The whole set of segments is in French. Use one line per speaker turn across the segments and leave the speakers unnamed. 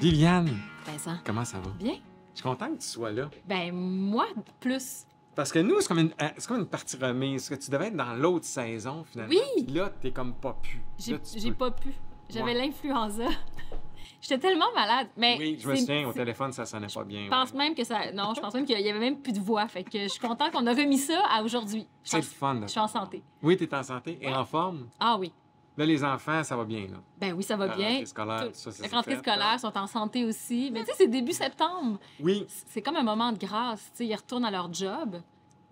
Liliane,
Vincent,
comment ça va?
Ben, bien?
Je suis content que tu sois là.
Ben, moi, plus.
Parce que nous, c'est comme, une- euh, c'est comme une partie remise. Que tu devais être dans l'autre saison, finalement.
Oui!
Puis là, t'es comme pas pu.
J'ai
Là, tu
j'ai
peux.
pas pu. J'avais
Ouais.
l'influenza. J'étais tellement malade. Mais
Oui, je me
Ben, c'est-
souviens, au
c'est-
téléphone, ça sonnait pas bien.
Je pense
ouais.
même que ça. Non, je pense même qu'il y avait même plus de voix. Fait que je suis contente qu'on a remis ça à aujourd'hui. Je
C'est le
pense-
fun. là.
je suis en santé.
Oui, t'es en santé et en forme.
Ah oui.
Là, les enfants, ça va bien. Là.
Ben oui, ça va
La
bien.
rentrée scolaire,
Tout-
ça, ça
Les
s'est
rentrées
fait, hein.
scolaires
là.
sont en santé aussi. Mais tu sais, c'est début septembre.
Oui,
C'est comme un moment de grâce. Tu sais, ils retournent à leur job,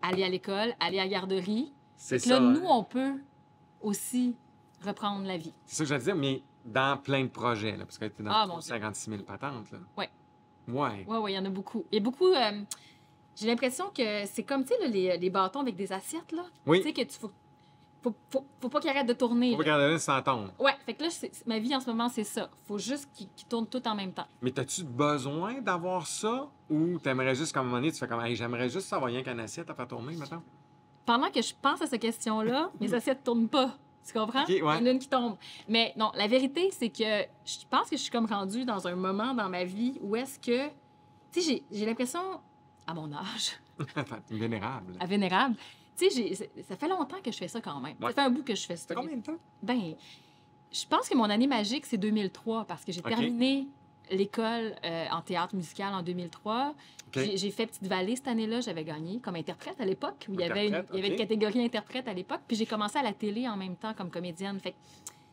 aller à l'école, aller à la garderie.
c'est
Puis là,
ça. hein.
nous, on peut aussi reprendre la vie.
C'est ça que j'allais dire, mais dans plein de projets, là, parce que t'es dans
Ah, mon Dieu.
56 000 patentes. Là.
Ouais.
Ouais.
Oui, oui, il y en a beaucoup. Il y a beaucoup. euh, J'ai l'impression que c'est comme, tu sais, là, les, les bâtons avec des assiettes, là. Tu
Oui,
sais, que tu faut, faut, faut, faut pas qu'ils arrêtent de tourner.
faut
là.
regarder là, sans tombe.
Ouais, fait que là, c'est- c'est- ma vie en ce moment, c'est ça. Faut juste qu'ils qu'ils tournent tout en même temps.
Mais as-tu besoin d'avoir ça ou t'aimerais juste, comme un moment donné, tu fais comme, hey, j'aimerais juste savoir rien qu'un assiette à faire tourner, maintenant?
Pendant que je pense à cette question-là, mes assiettes tournent pas. Tu comprends?
Ok, ouais.
Il y en a une qui tombe. Mais non, la vérité, c'est que je pense que je suis comme rendue dans un moment dans ma vie où est-ce que. Tu sais, j'ai- j'ai l'impression, à mon âge,
Vénérable.
à vénérable, tu sais, j'ai- ça- ça fait longtemps que je fais ça quand même.
Ouais.
Ça fait un bout que je fais
Ça
ça.
fait combien de temps?
Ben, je pense que mon année magique, c'est 2003, parce que j'ai
Ok.
terminé l'école euh, en théâtre musical en 2003.
OK.
J'ai- J'ai fait Petite Vallée cette année-là, j'avais gagné comme interprète à l'époque. où Il y avait une,
Interprète,
il y avait une
OK.
catégorie interprète à l'époque. Puis j'ai commencé à la télé en même temps comme comédienne. Fait que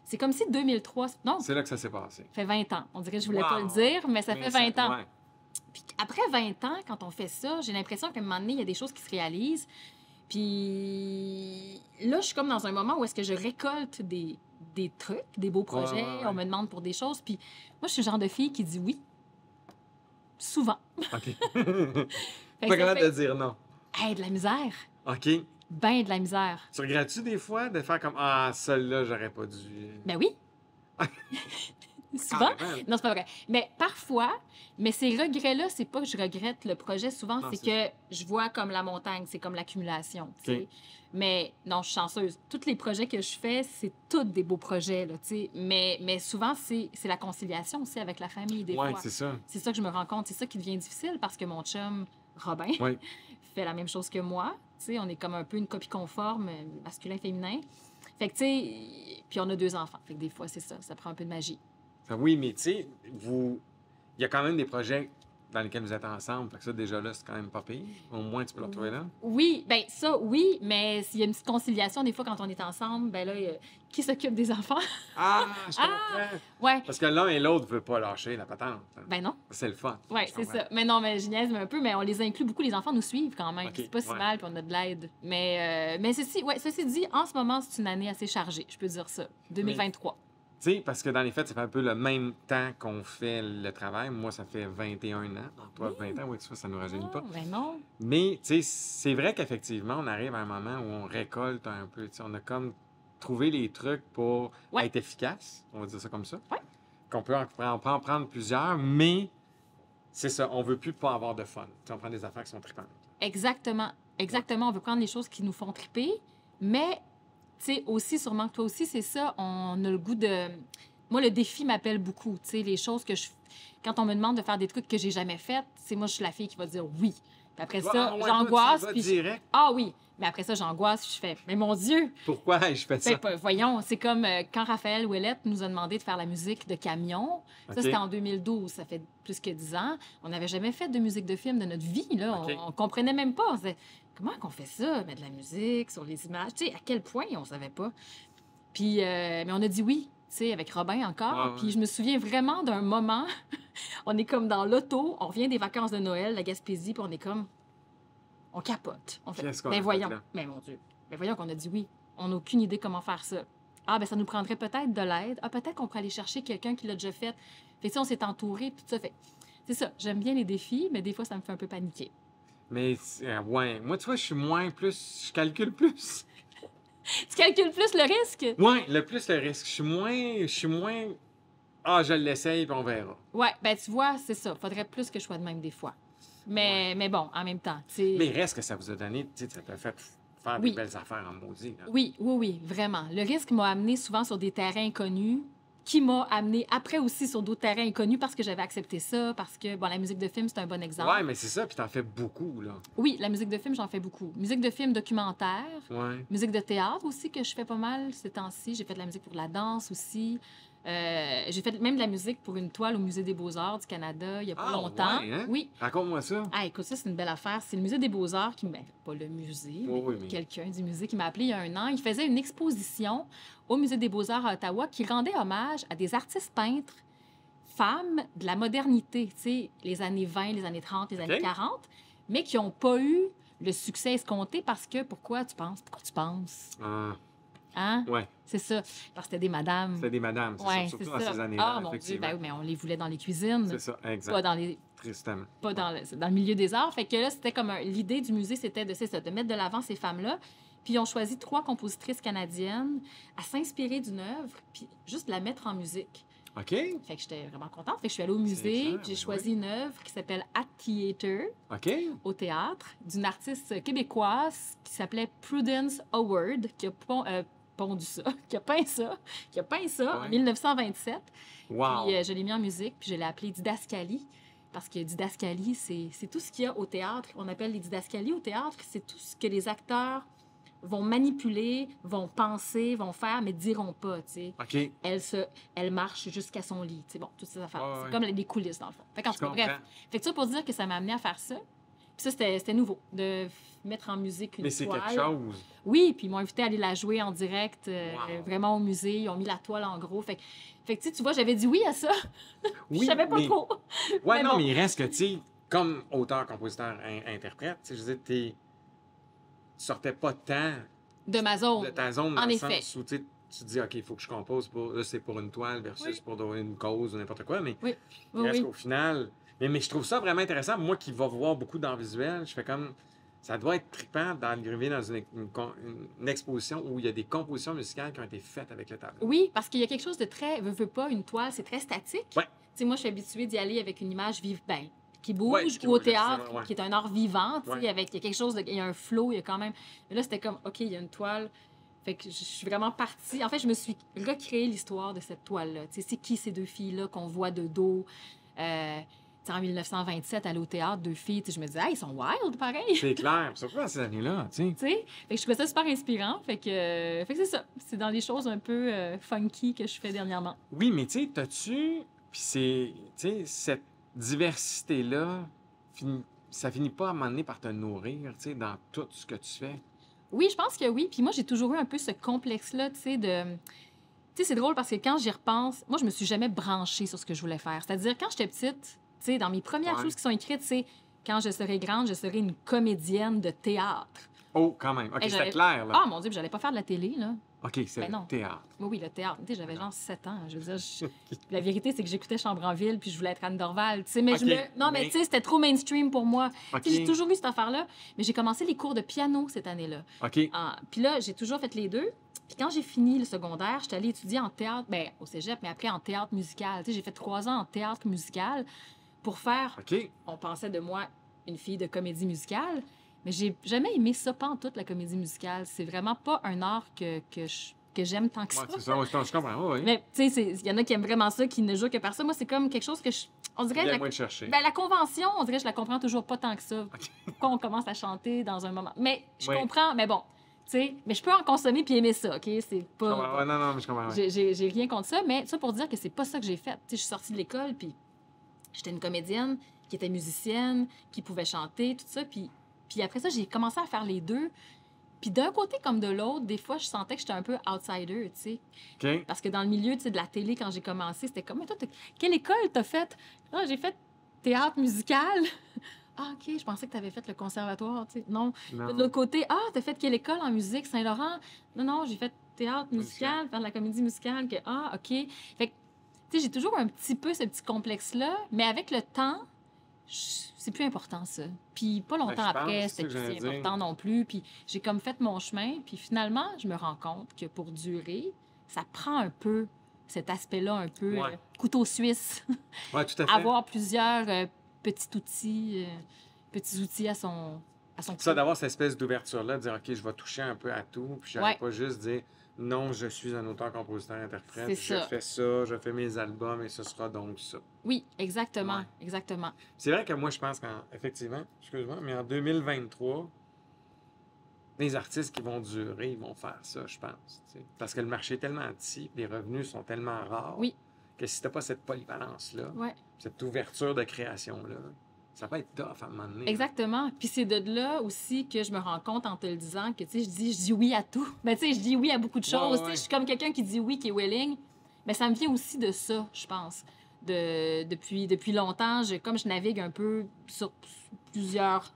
c'est comme si 2003, c'est- non, ça
C'est là que ça s'est passé.
fait 20 ans. On dirait que je voulais
Wow.
pas le dire, mais ça
Mais
fait 20 ans.
ouais.
Puis après 20 ans, quand on fait ça, j'ai l'impression qu'à un moment donné, il y a des choses qui se réalisent. Puis là, je suis comme dans un moment où est-ce que je récolte des, des trucs, des beaux projets.
ouais, ouais.
On me demande pour des choses. Puis moi, je suis le genre de fille qui dit oui. Souvent.
OK.
Fait que
pas
ça
capable
fait-
de dire non.
Hey, de la misère.
OK.
Ben de la misère.
Tu regrettes-tu des fois de faire comme, ah, celle-là, j'aurais pas dû. Ah, ben,
Ben oui. Souvent.
Carrément.
Non, c'est pas vrai. Mais parfois, mais ces regrets-là, c'est pas que je regrette le projet. Souvent,
Non,
c'est
c'est
que je vois comme la montagne, c'est comme l'accumulation. tu
OK.
sais. Mais non, je suis chanceuse. Tous les projets que je fais, c'est tous des beaux projets. Là, tu sais. mais, mais souvent, c'est c'est la conciliation aussi avec la famille, des
Ouais,
fois.
c'est ça.
C'est ça que je me rends compte. C'est ça qui devient difficile parce que mon chum, Robin,
Ouais.
fait la même chose que moi. Tu sais, on est comme un peu une copie conforme, masculin-féminin. Fait que, tu sais, puis on a deux enfants. Fait que des fois, c'est ça. Ça prend un peu de magie.
Fait Oui, mais tu sais, vous. Il y a quand même des projets dans lesquels vous êtes ensemble. Fait que ça, déjà là, c'est quand même pas pire. Au moins, tu peux le retrouver là.
Oui, ben ça, oui, mais s'il y a une petite conciliation, des fois, quand on est ensemble, ben là, euh, qui s'occupe des enfants?
Ah, je comprends.
Ah! ouais,
Parce que l'un et l'autre ne veut pas lâcher la patente. hein.
ben non.
C'est le fun.
Ouais,
Je
c'est
comprends.
ça. Mais non, mais je niaise un peu, mais on les inclut beaucoup. Les enfants nous suivent quand même.
Ok,
C'est pas si
ouais.
mal, puis on a de l'aide. Mais, euh, mais ceci, ouais, ceci dit, en ce moment, c'est une année assez chargée, je peux dire ça. 2023.
Tu sais, parce que dans les faits, ça fait un peu le même temps qu'on fait le travail. Moi, ça fait 21 ans.
Mmh.
Toi, 20 ans, oui, tu vois, ça ne nous rajeunit
Ah,
pas.
ben non.
Mais, tu sais, c'est vrai qu'effectivement, on arrive à un moment où on récolte un peu. Tu sais, on a comme trouvé les trucs pour
Ouais.
être efficace, on va dire ça comme ça.
Ouais.
Qu'on peut en, on peut en prendre plusieurs, mais c'est ça, on veut plus pas avoir de fun. Tu sais, on prend des affaires qui sont tripantes.
Exactement. Exactement. On veut prendre les choses qui nous font triper, mais, tu sais, aussi, sûrement que toi aussi, c'est ça, on a le goût de. Moi, le défi m'appelle beaucoup. Tu sais, les choses que je. Quand on me demande de faire des trucs que j'ai jamais fait, c'est moi, je suis la fille qui va dire oui. Puis après ça,
Ah ouais, toi, tu y
j'angoisse.
vas
Puis je-
direct.
Ah oui! Mais après ça, j'angoisse, je fais, mais mon Dieu!
Pourquoi je fais
Ben,
ça?
pas- voyons, c'est comme euh, quand Raphaël Ouellette nous a demandé de faire la musique de Camion. Ben, Ça,
Ok.
c'était en 2012, ça fait plus que 10 ans. On n'avait jamais fait de musique de film de notre vie, là.
Ok.
On, on comprenait même pas. On se disait, comment qu'on fait ça, mettre de la musique sur les images? Tu sais, à quel point on savait pas. Puis, euh, mais on a dit oui, tu sais, avec Robin encore.
Ouais, ouais.
Puis je me souviens vraiment d'un moment, on est comme dans l'auto, on revient des vacances de Noël, la Gaspésie, puis on est comme, on capote. On fait,
Qu'est-ce qu'on a
ben
fait
voyons,
là?
mais mon Dieu, ben voyons qu'on a dit oui. On n'a aucune idée comment faire ça. Ah, ben ça nous prendrait peut-être de l'aide. Ah, peut-être qu'on pourrait aller chercher quelqu'un qui l'a déjà fait. Fait que ça, on s'est entouré, puis tout ça. Fait c'est ça, j'aime bien les défis, mais des fois, ça me fait un peu paniquer.
Mais, euh, ouais. Moi, tu vois, je suis moins plus. Je calcule plus.
Tu calcules plus le risque?
Ouais, le plus le risque. Je suis moins. Je suis moins. Ah, je l'essaye, puis on verra.
Ouais, ben tu vois, c'est ça. Faudrait plus que je sois de même des fois. Mais, mais bon, en même temps, tu sais-
Mais reste que ça vous a donné, tu sais, ça t'a fait faire
Oui.
des belles affaires en maudit. là.
Oui, oui, oui, vraiment. Le risque m'a amené souvent sur des terrains inconnus qui m'a amené après aussi sur d'autres terrains inconnus parce que j'avais accepté ça, parce que bon, la musique de film, c'est un bon exemple.
Ouais, mais c'est ça, puis t'en fais beaucoup, là.
Oui, la musique de film, j'en fais beaucoup. Musique de film documentaire,
Ouais.
musique de théâtre aussi que je fais pas mal ces temps-ci. J'ai fait de la musique pour la danse aussi. Euh, j'ai fait même de la musique pour une toile au Musée des Beaux-Arts du Canada il y a pas
Ah,
longtemps.
ouais, hein?
Oui.
Raconte-moi ça.
Ah, écoute, ça, c'est une belle affaire. C'est le Musée des Beaux-Arts qui m'a. Pas le musée, mais
Oui, oui, mais-
quelqu'un du musée qui m'a appelé il y a un an. Il faisait une exposition au Musée des Beaux-Arts à Ottawa qui rendait hommage à des artistes peintres femmes de la modernité, tu sais, les années 20, les années 30, les années 40, mais qui n'ont pas eu le succès escompté parce que pourquoi tu penses? Pourquoi tu penses?
Ah,
Hein?
ouais,
C'est ça. Parce que c'était des madames.
c'était des madames, c'est
Ouais,
ça,
c'est
surtout dans
ça.
ces années-là.
Ah, mon Dieu,
effectivement.
ben oui, mais on les voulait dans les cuisines,
C'est ça,
pas
exact.
dans les
Tristement.
pas dans le, dans le milieu des arts. Fait que là, c'était comme un- l'idée du musée, c'était de, c'est ça, de mettre de l'avant ces femmes-là. Puis ils ont choisi trois compositrices canadiennes à s'inspirer d'une œuvre, puis juste la mettre en musique.
OK?
Fait que j'étais vraiment contente. Fait que je suis allée au
C'est
musée,
excellent,
puis j'ai
ben
choisi une œuvre qui s'appelle At Theatre,
OK?
au théâtre, d'une artiste québécoise qui s'appelait Prudence Howard, qui a pon- euh, pondu ça, qui a peint ça, qui a peint ça en
Ah Ouais.
1927.
Wow!
Puis euh, je l'ai mis en musique, puis je l'ai appelé Didascalie. Parce que Didascalie, c'est c'est tout ce qu'il y a au théâtre. On appelle les Didascalies au théâtre, c'est tout ce que les acteurs vont manipuler, vont penser, vont faire, mais diront pas, tu sais.
OK, je
Elle, se, elle marche jusqu'à son lit, tu sais. Bon, toutes ces affaires.
Ouais,
c'est
ouais.
comme les coulisses, dans le fond. Fait qu'en tout cas,
comprends.
bref. Fait que ça pour dire que ça m'a amené à faire ça. Puis ça, c'était c'était nouveau, de f- mettre en musique une
Mais c'est
toile.
quelque chose.
Oui, puis ils m'ont invité à aller la jouer en direct, euh,
Wow.
vraiment au musée. Ils ont mis la toile en gros. Fait, que- fait que, tu sais, tu vois, j'avais dit oui à ça.
Oui,
je savais pas
mais-
trop.
Ouais,
Mais
non,
bon.
mais il reste que, tu sais, comme auteur, compositeur, in- interprète, tu sais, je veux dire, t'es- tu sortais pas tant
De ma zone.
de ta zone
En
dans le
effet.
sens où, tu sais, tu te dis, OK, il faut que je compose pour. Là, c'est pour une toile versus
Oui.
pour donner une cause ou n'importe quoi, mais
Oui,
reste
oui.
qu'au final. Mais, mais je trouve ça vraiment intéressant. Moi qui va voir beaucoup dans le visuel, je fais comme. Ça doit être trippant d'arriver dans une, une con- une exposition où il y a des compositions musicales qui ont été faites avec le tableau.
Oui, parce qu'il y a quelque chose de très. Veux, veux pas, une toile, c'est très statique.
Ouais.
Tu sais, moi, je suis habituée d'y aller avec une image vive, ben, qui bouge,
Ouais, qui
ou au
bouge,
théâtre,
absolument, ouais.
qui est un art vivant, tu sais,
Ouais.
avec. Il y a quelque chose, de- il y a un flow, il y a quand même. Mais là, c'était comme, OK, il y a une toile. Fait que je suis vraiment partie. En fait, je me suis recréé l'histoire de cette toile-là. Tu sais, c'est qui ces deux filles-là qu'on voit de dos? Euh, tu sais, en 1927, aller au théâtre, deux filles, tu sais, je me disais, Ah, ils sont wild, pareil.
C'est clair, surtout dans ces années-là, tu sais.
Tu sais? Fait que je trouvais ça super inspirant. Fait que, euh, fait que c'est ça. C'est dans les choses un peu euh, funky que je fais dernièrement.
Oui, mais tu sais, t'as-tu. Puis c'est. Tu sais, cette diversité-là, fini- ça finit pas à m'amener par te nourrir, tu sais, dans tout ce que tu fais.
Oui, je pense que oui. Puis moi, j'ai toujours eu un peu ce complexe-là, tu sais, de... Tu sais, c'est drôle parce que quand j'y repense, moi, je me suis jamais branchée sur ce que je voulais faire. C'est-à-dire, quand j'étais petite, tu sais, dans mes premières
Ouais.
choses qui sont écrites, c'est quand je serai grande, je serai une comédienne de théâtre.
Oh, quand même. OK,
Eh,
c'était
j'aurais-
clair, là.
Ah, mon Dieu, puis j'allais pas faire de la télé, là.
OK, c'est
Ben
le
non.
théâtre.
Oui, oui, le théâtre. Tu sais, j'avais genre 7 ans. Je veux dire, je- la vérité, c'est que j'écoutais Chambre en ville, puis je voulais être Anne Dorval. Tu sais, mais je
Ok,
me... Non, mais,
mais-
tu sais, c'était trop mainstream pour moi.
OK.
Tu sais, J'ai toujours eu cette affaire-là, mais j'ai commencé les cours de piano cette année-là.
OK.
Ah, puis là, j'ai toujours fait les deux. Puis quand j'ai fini le secondaire, j'étais allée étudier en théâtre, ben, au cégep, mais après en théâtre musical. Tu sais, j'ai fait trois ans en théâtre musical pour faire,
OK.
on pensait de moi, une fille de comédie musicale, mais j'ai jamais aimé ça, pas en toute la comédie musicale. C'est vraiment pas un art que, que je- que j'aime tant que ça.
Ouais, c'est ça, ouais, je comprends. Oui, oui.
Mais tu sais, c'est- il y en a qui aiment vraiment ça, qui ne jouent que par ça. Moi, c'est comme quelque chose que je. On dirait.
Viens
la-
moi le chercher.
ben, la convention, on dirait que je la comprends toujours pas tant que ça. Quand on commence à chanter dans un moment. Mais je
Ouais.
comprends, mais bon, tu sais, mais je peux en consommer puis aimer ça, OK? C'est
Je
pas.
comprends. Ouais, non, non, mais je comprends. ouais.
J'ai- J'ai j'ai rien contre ça, mais ça pour dire que c'est pas ça que j'ai fait. Tu sais, je suis sortie de l'école, puis j'étais une comédienne qui était musicienne, qui pouvait chanter, tout ça. Puis, puis après ça, j'ai commencé à faire les deux. Puis d'un côté comme de l'autre, des fois, je sentais que j'étais un peu outsider, tu sais.
OK.
Parce que dans le milieu tu sais, de la télé, quand j'ai commencé, c'était comme, Mais toi, t'as- quelle école t'as faite? Ah, j'ai fait théâtre musical. ah, OK, je pensais que t'avais fait le conservatoire, tu sais. Non. De
Non.
l'autre côté, ah, t'as fait quelle école en musique, Saint-Laurent? Non, non, j'ai fait théâtre musical, faire de la comédie musicale, que, ah, OK. Fait que, tu sais, j'ai toujours un petit peu ce petit complexe-là, mais avec le temps, je- c'est plus important, ça. Puis pas longtemps
Ben, je pense,
après,
c'est
c'était
ça que
plus
j'allais dire.
important non plus. Puis j'ai comme fait mon chemin, puis finalement, je me rends compte que pour durer, ça prend un peu cet aspect-là, un peu
Ouais.
euh, couteau suisse,
Ouais, tout à fait.
avoir plusieurs euh, petits outils, euh, petits outils à son... À son
Ça, d'avoir cette espèce d'ouverture-là, de dire, OK, je vais toucher un peu à tout, puis je
Ouais.
pas juste dire, non, je suis un auteur-compositeur-interprète, je
C'est ça.
fais ça, je fais mes albums et ce sera donc ça.
Oui, exactement,
Ouais.
exactement.
C'est vrai que moi, je pense qu'en, effectivement, excuse-moi, mais en 2023, les artistes qui vont durer, ils vont faire ça, je pense. tu sais. Parce que le marché est tellement petit, les revenus sont tellement rares,
Oui.
que si t'as pas cette polyvalence-là,
Ouais.
cette ouverture de création-là, ça va être tough à un moment donné. là.
Exactement. Puis c'est de là aussi que je me rends compte en te le disant que, tu sais, je dis, je dis oui à tout. Mais tu sais, je dis oui à beaucoup de
Ouais, ouais,
choses. Tu sais,
ouais.
Je suis comme quelqu'un qui dit oui, qui est willing. Mais ça me vient aussi de ça, je pense. De, depuis, depuis longtemps, je, comme je navigue un peu sur plusieurs...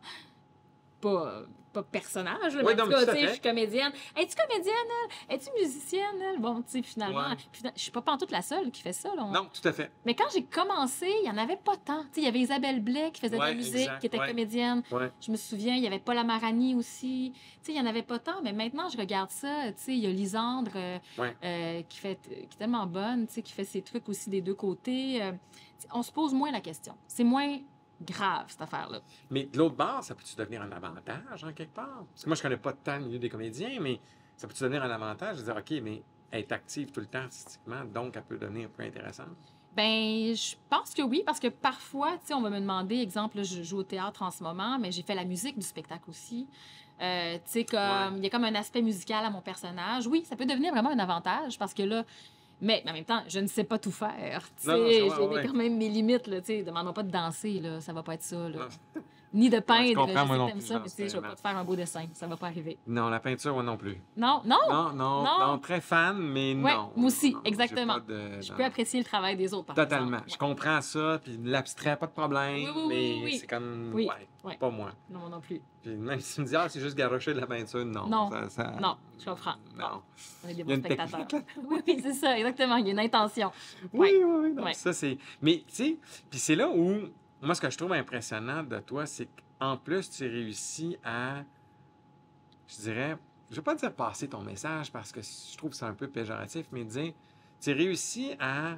Pas, pas personnages, là,
Ouais,
mais en
non,
tout
mais tout
cas,
à
tu sais, je
fait.
suis comédienne. Es-tu comédienne, elle? Es-tu musicienne, elle? Bon, tu sais, finalement,
Ouais.
fina- je suis pas pantoute la seule qui fait ça. Là. On-
Non, tout à fait.
mais quand j'ai commencé, il n'y en avait pas tant. Tu sais, il y avait Isabelle Blais qui faisait de la
Ouais,
musique,
exact,
qui était
ouais.
comédienne.
Ouais.
Je me souviens, il y avait Paula Marani aussi. Tu sais, il n'y en avait pas tant. Mais maintenant, je regarde ça. Tu sais, il y a Lisandre euh,
Ouais.
euh, qui, fait, qui est tellement bonne, tu sais, qui fait ses trucs aussi des deux côtés. Euh, tu sais, on se pose moins la question. C'est moins grave, cette affaire-là.
Mais de l'autre bord, ça peut-tu devenir un avantage, en quelque part? Parce que moi, je connais pas tant le milieu des comédiens, mais ça peut-tu devenir un avantage de dire, OK, mais elle est active tout le temps artistiquement, donc elle peut devenir plus intéressante?
Ben, je pense que oui, parce que parfois, tu sais, on va me demander, exemple, là, je joue au théâtre en ce moment, mais j'ai fait la musique du spectacle aussi. Euh, tu sais, comme,
Ouais.
il y a comme un aspect musical à mon personnage. Oui, ça peut devenir vraiment un avantage parce que là, mais, mais en même temps, je ne sais pas tout faire. Tu
Non, non,
sais,
je vois,
j'ai
ouais.
quand même mes limites, là, tu sais. Demande-moi pas de danser, là, ça va pas être ça, là.
Non.
Ni de
Ouais, je
peindre,
comprends,
là,
moi
je sais
non
que t'aimes
plus,
ça,
non,
mais tu sais, je vais
tellement.
pas te faire un beau dessin, ça va pas arriver.
Non, la peinture, moi non plus.
Non, non,
Non, non,
non.
non, très fan, mais
Ouais,
non.
moi aussi,
Non, j'ai
exactement.
pas de-
je
non.
peux apprécier le travail des autres, par
Totalement.
exemple.
Je comprends ça, puis l'abstrait, pas de problème,
Oui, oui, oui,
mais
oui, oui.
c'est comme,
Oui,
ouais,
ouais.
pas moi.
Ouais. Non, moi non plus.
Puis même si tu me dis, ah, c'est juste garrocher de la peinture, non.
Non.
ça- ça-
Non, je comprends.
Non.
On est des
Il y a
bons
une technique,
spectateurs. oui, oui, c'est ça, exactement. Il y a une intention.
Oui,
Ouais.
oui, oui. non,
Ouais.
Ça, c'est... Mais, tu sais, puis c'est là où, moi, ce que je trouve impressionnant de toi, c'est qu'en plus, tu réussis à, je dirais, je vais pas dire passer ton message parce que je trouve que c'est un peu péjoratif, mais dire, tu réussis à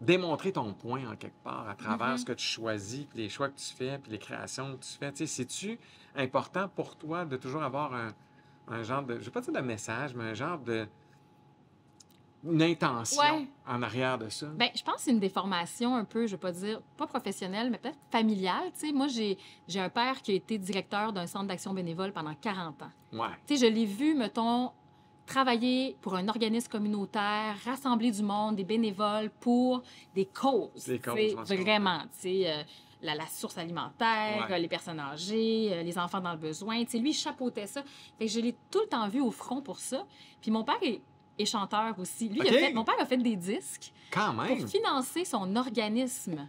démontrer ton point en quelque part à travers
Mhm.
ce que tu choisis, puis les choix que tu fais, puis les créations que tu fais. Tu sais, c'est-tu important pour toi de toujours avoir un, un genre de, je vais pas dire de message, mais un genre de, une intention
Ouais.
en arrière de ça?
Ben, je pense que c'est une déformation un peu, je ne veux pas dire, pas professionnelle, mais peut-être familiale. Tu sais, moi, j'ai j'ai un père qui a été directeur d'un centre d'action bénévole pendant 40 ans.
ouais.
Tu sais, je l'ai vu, mettons, travailler pour un organisme communautaire, rassembler du monde, des bénévoles pour des causes.
Des
tu
causes,
sais,
je m'en souviens.
Vraiment, tu sais, euh, la, la source alimentaire,
Ouais.
euh, les personnes âgées, euh, les enfants dans le besoin. Tu sais, lui, il chapeautait ça. Fait que je l'ai tout le temps vu au front pour ça. Puis mon père est, est chanteur aussi. Lui, il a
Ok.
fait- mon père a fait des disques
Quand
pour
même!
financer son organisme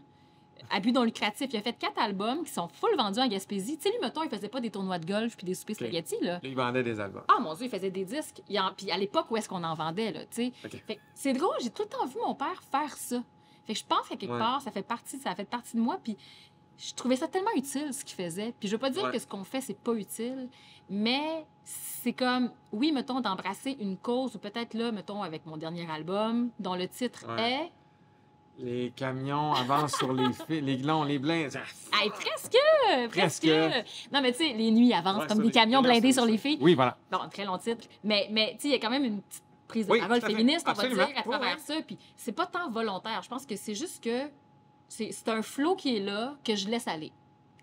à but non lucratif. Il a fait quatre albums qui sont full vendus en Gaspésie. Tu sais, lui, mettons, il faisait pas des tournois de golf puis des soupers
Ok.
spaghetti, là.
Il vendait des albums.
Ah mon Dieu, il faisait des disques. Il en- Puis à l'époque, où est-ce qu'on en vendait, là, tu sais?
Ok.
Fait que C'est drôle, j'ai tout le temps vu mon père faire ça. Fait que je pense qu'à quelque
Ouais.
part, ça fait partie, ça a fait partie de moi. Puis je trouvais ça tellement utile, ce qu'il faisait. Puis je veux pas dire
Ouais.
que ce qu'on fait, c'est pas utile, mais c'est comme, oui, mettons, d'embrasser une cause, ou peut-être là, mettons, avec mon dernier album, dont le titre
Ouais.
est...
Les camions avancent sur les fils, les glands, les blindes. Ah,
Hey, presque! Presque!
Presque.
Non, mais tu sais, les nuits avancent
Ouais, sur
comme des
les-
camions
non,
blindés
sur
sur
les-
les filles.
Oui, voilà.
Bon, un très long titre. Mais, mais tu sais, il y a quand même une petite prise de
Oui,
parole
tout à fait.
féministe, on va dire,
Absolument.
à
Oui,
travers
oui.
ça. Puis c'est pas tant volontaire. Je pense que c'est juste que c'est c'est un flot qui est là, que je laisse aller.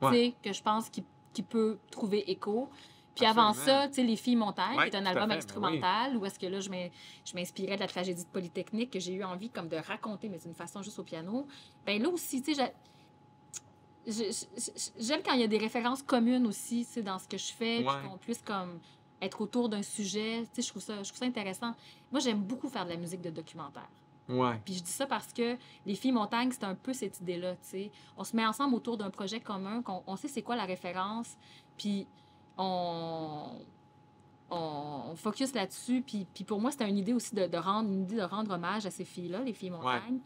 Ouais.
Tu sais, que je pense qu'il qu'il peut trouver écho. Puis avant
Absolument.
ça, tu sais, Les filles montagnes,
Ouais,
qui est un
tout à
album
fait, ben
instrumental, où est-ce que là, je m'in- je m'inspirais de la tragédie de Polytechnique que j'ai eu envie comme de raconter, mais d'une façon juste au piano. Ben là aussi, tu sais, j'a- je- je- je- j'aime quand il y a des références communes aussi, tu sais, dans ce que je fais, puis
Ouais.
qu'on puisse comme être autour d'un sujet, tu sais, je trouve ça, je trouve ça intéressant. Moi, j'aime beaucoup faire de la musique de documentaire.
Ouais.
Puis je dis ça parce que les filles montagne, c'est un peu cette idée-là, tu sais. On se met ensemble autour d'un projet commun, qu'on on sait c'est quoi la référence, puis on, on, on focus là-dessus. Puis, puis pour moi, c'était une idée aussi de, de rendre, une idée de rendre hommage à ces filles-là, les filles montagne,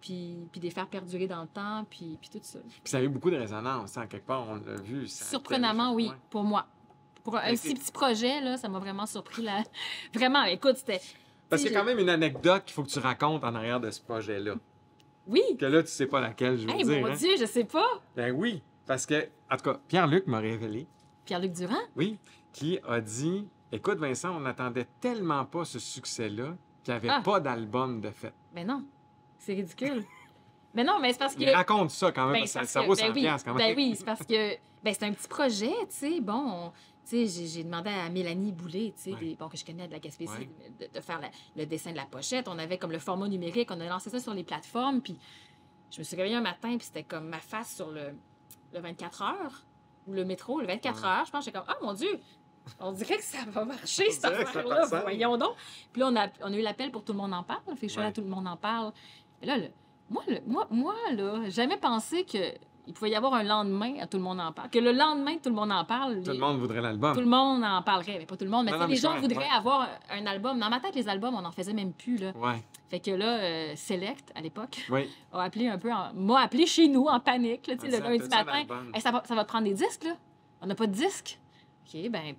puis, puis de les faire perdurer dans le temps, puis, puis tout ça.
Puis ça a eu beaucoup de résonance, en quelque part, on l'a vu. ça a
Surprenamment,
été-
oui,
Ouais.
pour moi. Pour un
Ben,
si
c'est-
petit projet, là, ça m'a vraiment surpris. Là. Vraiment, écoute, c'était...
Parce qu'il y a
j'ai-
quand même une anecdote qu'il faut que tu racontes en arrière de ce projet-là.
Oui!
Que là, tu sais pas laquelle, je veux
Hey,
dire.
mon
hein.
Dieu, je sais pas!
Ben oui, parce que, en tout cas, Pierre-Luc m'a révélé,
Pierre-Luc Durand?
oui, qui a dit, Écoute, Vincent, on n'attendait tellement pas ce succès-là qu'il n'y avait
Ah.
pas d'album de fait.
Mais non, c'est ridicule. mais non, mais c'est parce que.
Mais raconte ça quand même,
Ben,
parce que ça,
c'est parce
ça
que-
vaut
ben
100
oui,
piastres quand même.
Ben oui, c'est parce que ben, c'est un petit projet, tu sais. Bon, on- tu sais, j'ai- j'ai demandé à Mélanie Boulay, tu sais,
Ouais.
des- bon, que je connais de la Gaspésie,
Ouais.
de, de faire la- le dessin de la pochette. On avait comme le format numérique, on a lancé ça sur les plateformes. Puis je me suis réveillée un matin, puis c'était comme ma face sur le, le 24 heures, ou le métro, le 24
Ouais.
heures. Je pense que j'étais comme, oh mon Dieu, on dirait que ça va marcher, cette
On dirait que ça
affaire-là,
passe.
voyons donc. Puis là, on a, on a eu l'appel pour Tout le monde en parle. Fait que je suis allée à
Ouais.
Tout le monde en parle. Et là, le- moi, le- moi, moi, là, jamais pensé qu'il pouvait y avoir un lendemain à Tout le monde en parle. Que le lendemain, Tout le monde en parle,
Tout
les-
le monde voudrait l'album.
tout le monde en parlerait. Mais pas tout le monde, mais,
Non,
tu sais,
non, mais
les gens
je comprends,
voudraient
ouais.
avoir un album. Dans ma tête, les albums, on n'en faisait même plus. Là.
Ouais,
Fait que là, euh, Select, à l'époque,
oui.
a appelé un peu, en- m'a appelé chez nous en panique, là, tu sais, le
Ça,
lundi
t'as ça,
matin.
l'album.
Hey, ça, va, ça va prendre des disques, là. On n'a pas de disques. OK, ben,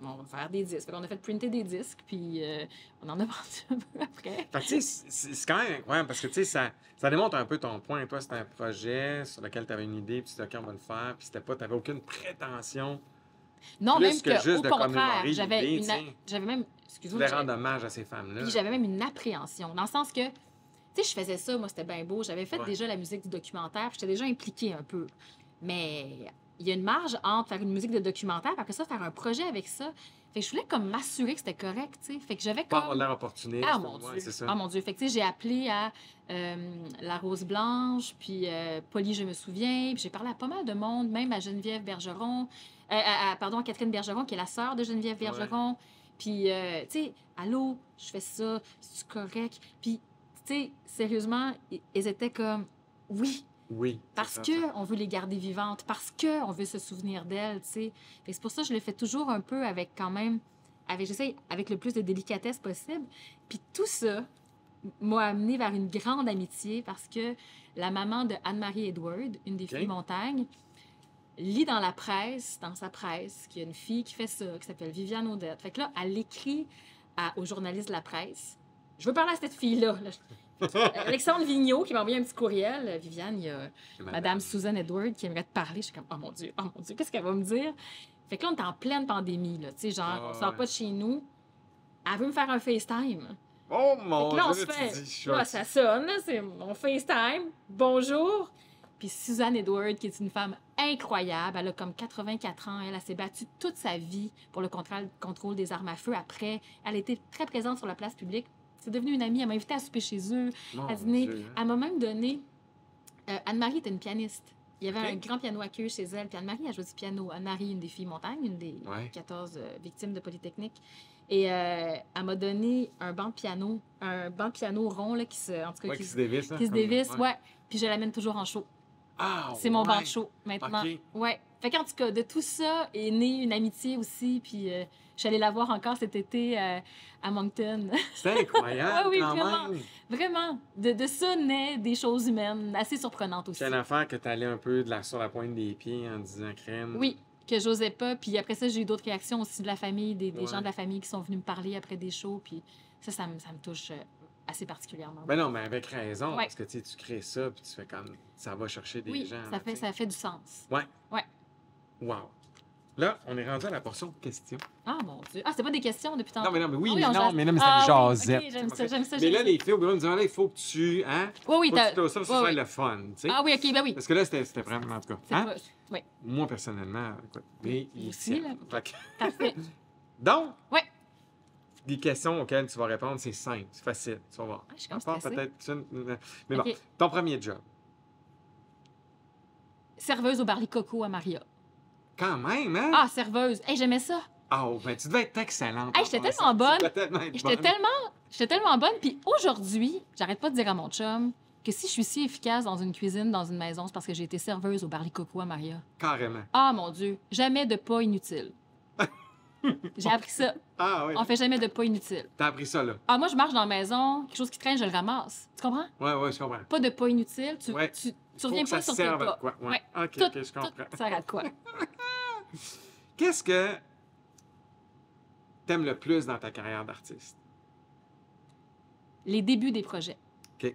on va faire des disques. on a fait printer des disques, puis euh, on en a vendu un peu après.
Fait que, tu sais, c'est c'est quand même incroyable parce que, tu sais, ça, ça démontre un peu ton point. Toi, c'était un projet sur lequel tu avais une idée, puis tu t'es dit, OK, on va le faire, puis c'était pas, tu aucune prétention.
Non,
Plus
même
que
que,
juste
au
de
contraire,
commémorer
j'avais
l'idée,
une. a-
tu sais.
J'avais même.
Tu voulais
Excuse-moi.
rendre
j'avais-
hommage à ces femmes-là.
Puis j'avais même une appréhension, dans le sens que. Tu sais, je faisais ça, moi, c'était bien beau. J'avais fait
Ouais.
déjà la musique du documentaire, puis j'étais déjà impliquée un peu. Mais il y a une marge entre faire une musique de documentaire, parce que ça, faire un projet avec ça. Fait que je voulais comme m'assurer que c'était correct, tu sais. Fait que j'avais comme.
Pas l'air opportuniste.
Ah mon
Ouais,
Dieu!
c'est ça.
Ah mon Dieu! Fait que, tu sais, j'ai appelé à euh, La Rose Blanche, puis euh, Polly, je me souviens, puis j'ai parlé à pas mal de monde, même à Geneviève Bergeron, euh, à, à- pardon, à Catherine Bergeron, qui est la sœur de Geneviève
Ouais.
Bergeron. Puis, euh, tu sais, allô, je fais ça, c'est correct. Puis, tu sais, sérieusement, i- ils étaient comme, oui,
oui. c'est
parce
ça, ça.
que on veut les garder vivantes, parce que on veut se souvenir d'elles, tu sais. Fait que c'est pour ça que je le fais toujours un peu avec quand même, avec j'essaie avec le plus de délicatesse possible. Puis tout ça m'a amené vers une grande amitié parce que la maman de Anne-Marie Edward, une des
Ok.
filles montagne, lit dans la presse, dans sa presse, qu'il y a une fille qui fait ça, qui s'appelle Viviane Audette. Fait que là, elle écrit à- aux journalistes de la presse. Je veux parler à cette fille-là. là. Alexandre Vigneault qui m'a envoyé un petit courriel. Euh, Viviane, il y a Madame Susan Edward qui aimerait te parler. Je suis comme, oh mon Dieu, oh mon Dieu, qu'est-ce qu'elle va me dire? Fait que là, on est en pleine pandémie, là. Tu sais, genre,
Ah
on sort
ouais.
pas de chez nous. Elle veut me faire un FaceTime.
Oh mon
Fait que là, on
Dieu,
se
tu
fait-
dis, je suis
Là,
un-
ça sonne, là, c'est mon FaceTime. Bonjour. Puis Suzanne Edward, qui est une femme incroyable, elle a comme 84 ans, elle, elle s'est battue toute sa vie pour le contrôle, contrôle des armes à feu. Après, elle était très présente sur la place publique. C'est devenu une amie, elle m'a invitée à souper chez eux.
Mon
à dîner.
Dieu, hein.
Elle m'a même donné. euh, Anne-Marie était une pianiste. Il y avait
Ok.
un grand piano à queue chez elle. Puis Anne-Marie a joué du piano. Anne-Marie, une des filles montagne, une des
Ouais.
14 euh, victimes de Polytechnique. Et euh, elle m'a donné un banc de piano, un banc de piano rond là, qui se, en tout cas,
Ouais,
qui,
qui
se-
se dévisse. hein,
qui se
comme-
dévisse. Ouais. Puis je l'amène toujours en show.
Ah,
C'est mon banc
ouais.
de show maintenant.
OK.
Ouais. Fait qu'en tout cas, de tout ça est née une amitié aussi. Puis euh, je suis allée la voir encore cet été euh, à Moncton.
C'est incroyable
Ouais, oui,
quand
vraiment.
même.
Vraiment, de, de ça naît des choses humaines assez surprenantes aussi.
C'est une affaire que tu allais un peu de la, sur la pointe des pieds en disant crème.
Oui, que j'osais pas. Puis après ça, j'ai eu d'autres réactions aussi de la famille, des, des
Ouais.
gens de la famille qui sont venus me parler après des shows. Puis ça, ça me, ça me touche euh, assez particulièrement.
Ben non, mais avec raison,
Ouais.
parce que tu sais, tu crées ça, puis tu fais comme ça va chercher des
oui,
gens.
ça,
là,
fait,
tu sais.
ça fait du sens.
Wow. Là, on est rendu à la portion questions.
Ah mon Dieu. Ah, c'était pas des questions depuis tantôt.
Non, mais non, mais oui,
Ah
mais
on
non,
jase.
mais non, mais
Ah
ça
oui,
me
ok,
jasait.
j'aime ça, j'aime ça.
Mais là,
j'aime
les filles au bureau nous disaient, Ah, là, il faut que tu. Hein,
ça. Oui, oui,
faut
t'as-
que tu trouves ça, faut que ce
ouais,
soit
ouais.
le fun, tu sais.
Ah oui, ok, ben oui.
Parce que là, c'était c'était vraiment, en tout cas.
C'est
hein,
pas- Oui,
Moi, personnellement, écoute, mais il
Aussi,
tient.
là.
Fait que-
parfait. Ah,
Donc,
Ouais.
les questions auxquelles tu vas répondre, c'est simple, c'est facile, tu vas voir.
Ah, je suis comme
À part
stressée.
peut-être une- Mais bon,
Ok.
ton premier job.
Serveuse au baril coco à Maria.
Quand même, hein?
Ah, serveuse. Hey, j'aimais ça.
Ah, oh, ben, tu devais être excellente.
Hey, j'étais
en passant.
tellement bonne.
Tu devais tellement être
J'étais
bonne.
tellement, j'étais tellement bonne. Puis aujourd'hui, j'arrête pas de dire à mon chum que si je suis si efficace dans une cuisine, dans une maison, c'est parce que j'ai été serveuse au Barley Coco à Maria.
Carrément.
Ah mon Dieu, jamais de pas inutile. j'ai appris ça.
Ah oui.
On fait jamais de pas inutile.
T'as appris ça, là.
Ah moi, je marche dans la maison, quelque chose qui traîne, je le ramasse. Tu comprends?
Ouais, ouais, je comprends.
Pas de pas inutile. Tu,
Ouais.
tu, tu
Faut
reviens
que ça
pas sur tes
serve à
pas.
quoi. Ouais.
Ouais.
OK,
Tout-
OK, je comprends.
Tout sert à quoi?
Qu'est-ce que t'aimes le plus dans ta carrière d'artiste?
Les débuts des projets.
OK.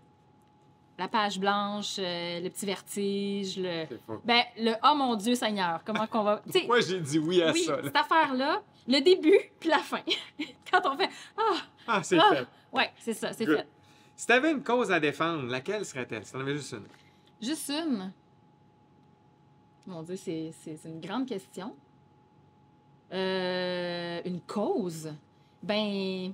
La page blanche, euh, le petit vertige, le.
C'est faux.
Ben, le Oh mon Dieu Seigneur, comment qu'on va. Tu sais,
Moi, j'ai dit oui à
oui,
ça. là.
cette affaire-là, le début puis la fin. Quand on fait Ah,
Ah, c'est
Ah.
fait.
ouais, c'est ça, c'est
Good.
fait.
Si t'avais une cause à défendre, laquelle serait-elle? Si t'en avais juste une.
Juste une. Mon Dieu, c'est c'est- c'est une grande question. Euh, une cause? Ben.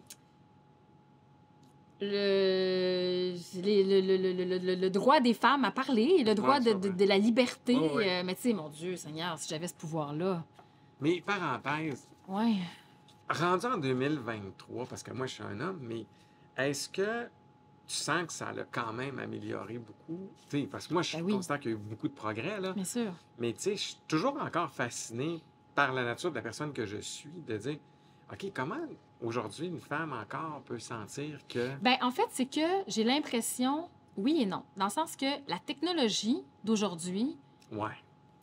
Le, les- le, le- le- le- le- le droit des femmes à parler, le droit
Ouais,
de,
ça,
de-
ouais.
de la liberté.
Oh, oui.
euh, mais tu sais, mon Dieu, Seigneur, si j'avais ce pouvoir-là.
Mais parenthèse,
Ouais.
rendu en 2023, parce que moi, je suis un homme, mais est-ce que tu sens que ça l'a quand même amélioré beaucoup? Tu sais, parce que moi, je
Ben oui.
constate qu'il y a eu beaucoup de progrès, là.
Bien sûr.
Mais tu sais, je suis toujours encore fasciné par la nature de la personne que je suis, de dire, OK, comment aujourd'hui une femme encore peut sentir que...
Ben, en fait, c'est que j'ai l'impression, oui et non, dans le sens que la technologie d'aujourd'hui,
Ouais,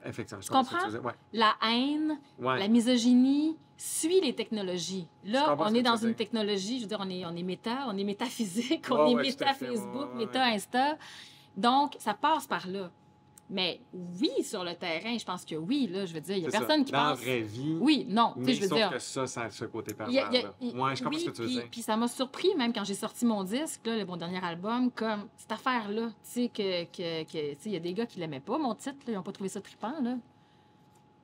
effectivement. Je
Tu
comprends ce que
comprends?
tu veux dire.
la haine,
Ouais, ouais.
La misogynie suit les technologies.
Je
Là,
comprends ce que
on est
tu
dans
veux
une
dire.
technologie, je veux dire, on est, on est méta, on est métaphysique,
Ouais,
on est
ouais, tout à
méta
fait, ouais,
Facebook,
ouais,
méta Insta. Donc, ça passe par là. Mais oui, sur le terrain, je pense que oui, là, je veux dire, il n'y a
C'est ça.
personne qui
Dans la
pense.
vraie vie,
Oui, non, tu
mais
sais, je veux
sauf
dire.
que ça, ça a ce côté pervers,
il y a- il y a-
là.
il-
Ouais, je comprends
oui,
ce que tu veux
puis,
dire.
Puis ça m'a surpris, même quand j'ai sorti mon disque, là, le- mon dernier album, comme cette affaire-là, tu sais, que, que, que- tu sais, il y a des gars qui l'aimaient pas, mon titre, là, ils n'ont pas trouvé ça trippant, là.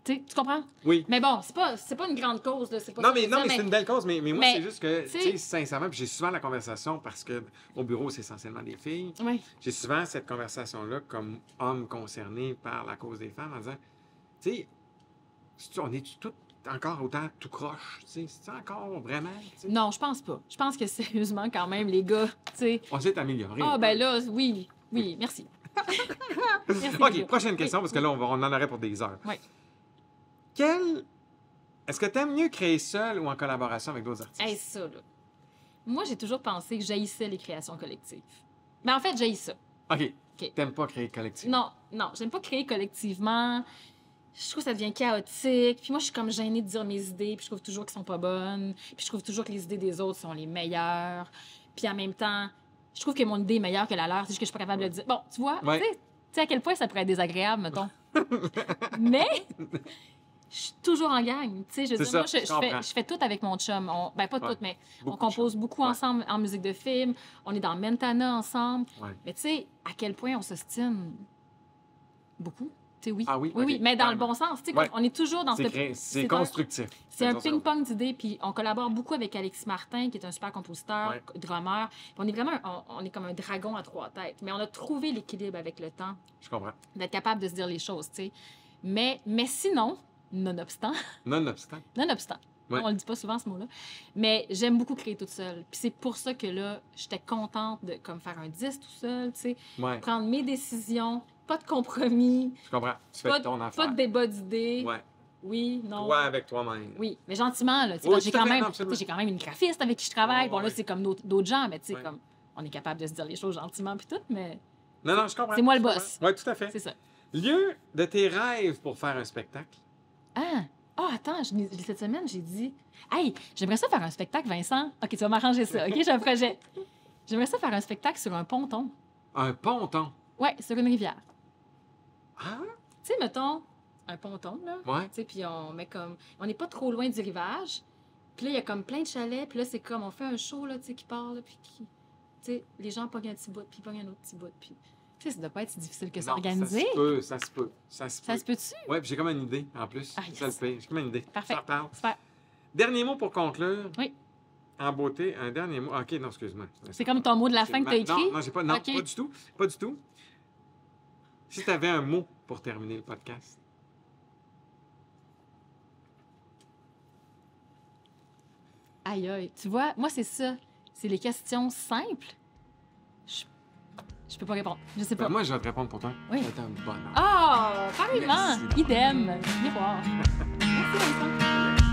Tu sais, tu comprends?
Oui.
Mais bon, c'est pas, c'est pas une grande cause, là. C'est pas
Non,
ça que
mais,
je
non,
veux
mais
dire,
c'est une belle cause, mais, mais moi,
mais,
c'est juste que, tu
tu sais-
sais, sincèrement, puis j'ai souvent la conversation parce que au bureau, c'est essentiellement des filles.
Ouais.
J'ai souvent cette conversation-là comme homme concerné par la cause des femmes en disant, tu sais, c'est-tu- on est tout encore autant tout croche, tu sais, c'est encore vraiment, tu sais?
Non, je pense pas. Je pense que sérieusement, quand même, les gars, tu sais.
on s'est amélioré.
Ah,
un
ben
peu.
là, oui, oui, merci. Merci, les
OK,
gars.
prochaine question,
Oui,
parce que là, on, va- on en aurait pour des heures.
Oui.
Quel... Est-ce que t'aimes mieux créer seul ou en collaboration avec d'autres artistes?
Hey, ça, là. Moi, j'ai toujours pensé que j'haïssais les créations collectives. Mais en fait, j'haïs ça.
OK.
OK.
T'aimes pas créer collectif?
Non, non, j'aime pas créer collectivement. Je trouve que ça devient chaotique. Puis moi, je suis comme gênée de dire mes idées, puis je trouve toujours qu'elles sont pas bonnes. Puis je trouve toujours que les idées des autres sont les meilleures. Puis en même temps, je trouve que mon idée est meilleure que la leur, c'est juste que je suis pas capable de le dire. Bon, tu vois,
Ouais.
tu sais- tu sais à quel point ça pourrait être désagréable, mettons. Mais je suis toujours en gang. Tu sais, je veux
C'est
dire,
ça,
moi, je,
je
je
comprends.
fais, je fais tout avec mon chum. On- ben, pas tout,
Ouais.
mais
Beaucoup
on
de
compose beaucoup
Ouais.
ensemble en musique de film. On est dans Mentana ensemble.
Ouais.
Mais tu sais, à quel point on s'ostine beaucoup. Tu sais, oui.
Ah oui?
Oui,
Ok,
oui, mais dans le
calme.
bon sens. Tu sais,
Ouais.
comme on est toujours dans
C'est,
ce...
cré- c'est
c'est un-
constructif.
C'est un
dans ce-
ping-pong d'idées, puis on collabore beaucoup avec Alexis Martin, qui est un super compositeur,
Ouais.
drummer. Puis on est vraiment, un- on, on est comme un dragon à trois têtes. Mais on a trouvé l'équilibre avec le temps,
Je comprends.
d'être capable de se dire les choses, tu sais. Mais, mais sinon, nonobstant,
Nonobstant.
nonobstant,
Ouais.
on le dit pas souvent ce mot-là, mais j'aime beaucoup créer toute seule. Puis c'est pour ça que là, j'étais contente de comme faire un 10 tout seul, tu sais,
Ouais,
prendre mes décisions, pas de compromis,
je comprends. Tu fais
Pas
ton
pas
affaire.
de débat d'idées.
Ouais.
Oui, non.
Toi avec toi-même.
Oui, mais gentiment, là. tu sais,
Oui,
parce que
tout
j'ai
à
quand,
fait,
même-
non,
tu sais,
absolument.
j'ai quand même une graphiste avec qui je travaille.
Ouais,
bon, là,
ouais.
c'est comme d'autres d'autres gens, mais tu sais,
Ouais.
comme on est capable de se dire les choses gentiment puis tout, mais
Non, non, je comprends.
c'est moi le
je
boss.
comprends. Ouais, tout à fait.
c'est ça.
Lieu de tes rêves pour faire un spectacle.
Ah! Ah, attends, je- cette semaine, j'ai dit Hey, j'aimerais ça faire un spectacle, Vincent. OK, tu vas m'arranger ça. OK, j'ai un projet. J'aimerais ça faire un spectacle sur un ponton.
Un ponton.
Ouais, sur une rivière.
Ah,
Tu sais, mettons, un ponton, là.
ouais.
Tu sais, puis on met comme. On n'est pas trop loin du rivage. Puis là, il y a comme plein de chalets. Puis là, c'est comme on fait un show, là, tu sais, qui part, là, puis qui. Tu sais, les gens pognent un petit bout, puis ils pognent un autre petit bout. Puis. Tu sais, ça doit pas être si difficile que ça
Non,
organiser.
Ça se peut, ça se peut. Ça se
Ça
peut.
se peut-tu?
Ouais, puis j'ai comme une idée en plus.
Ah,
Ça le
yes.
fait. J'ai comme une idée.
Parfait.
Ça reparle.
Super.
Dernier mot pour conclure.
Oui.
En beauté, un dernier mot. OK, non, excuse-moi.
C'est comme ton mot de la fin que t'as écrit.
Non, non, j'ai pas, non
Ok.
pas du tout. Pas du tout. Si tu avais un mot pour terminer le podcast.
Aïe, aïe. Tu vois, moi, c'est ça. C'est les questions simples. Je, je peux pas répondre. Je sais
Ben,
pas.
moi, je vais te répondre pour toi.
Oui.
C'est un bonheur.
Oh, pareillement.
Merci.
Idem. Miroir. Merci, Vincent.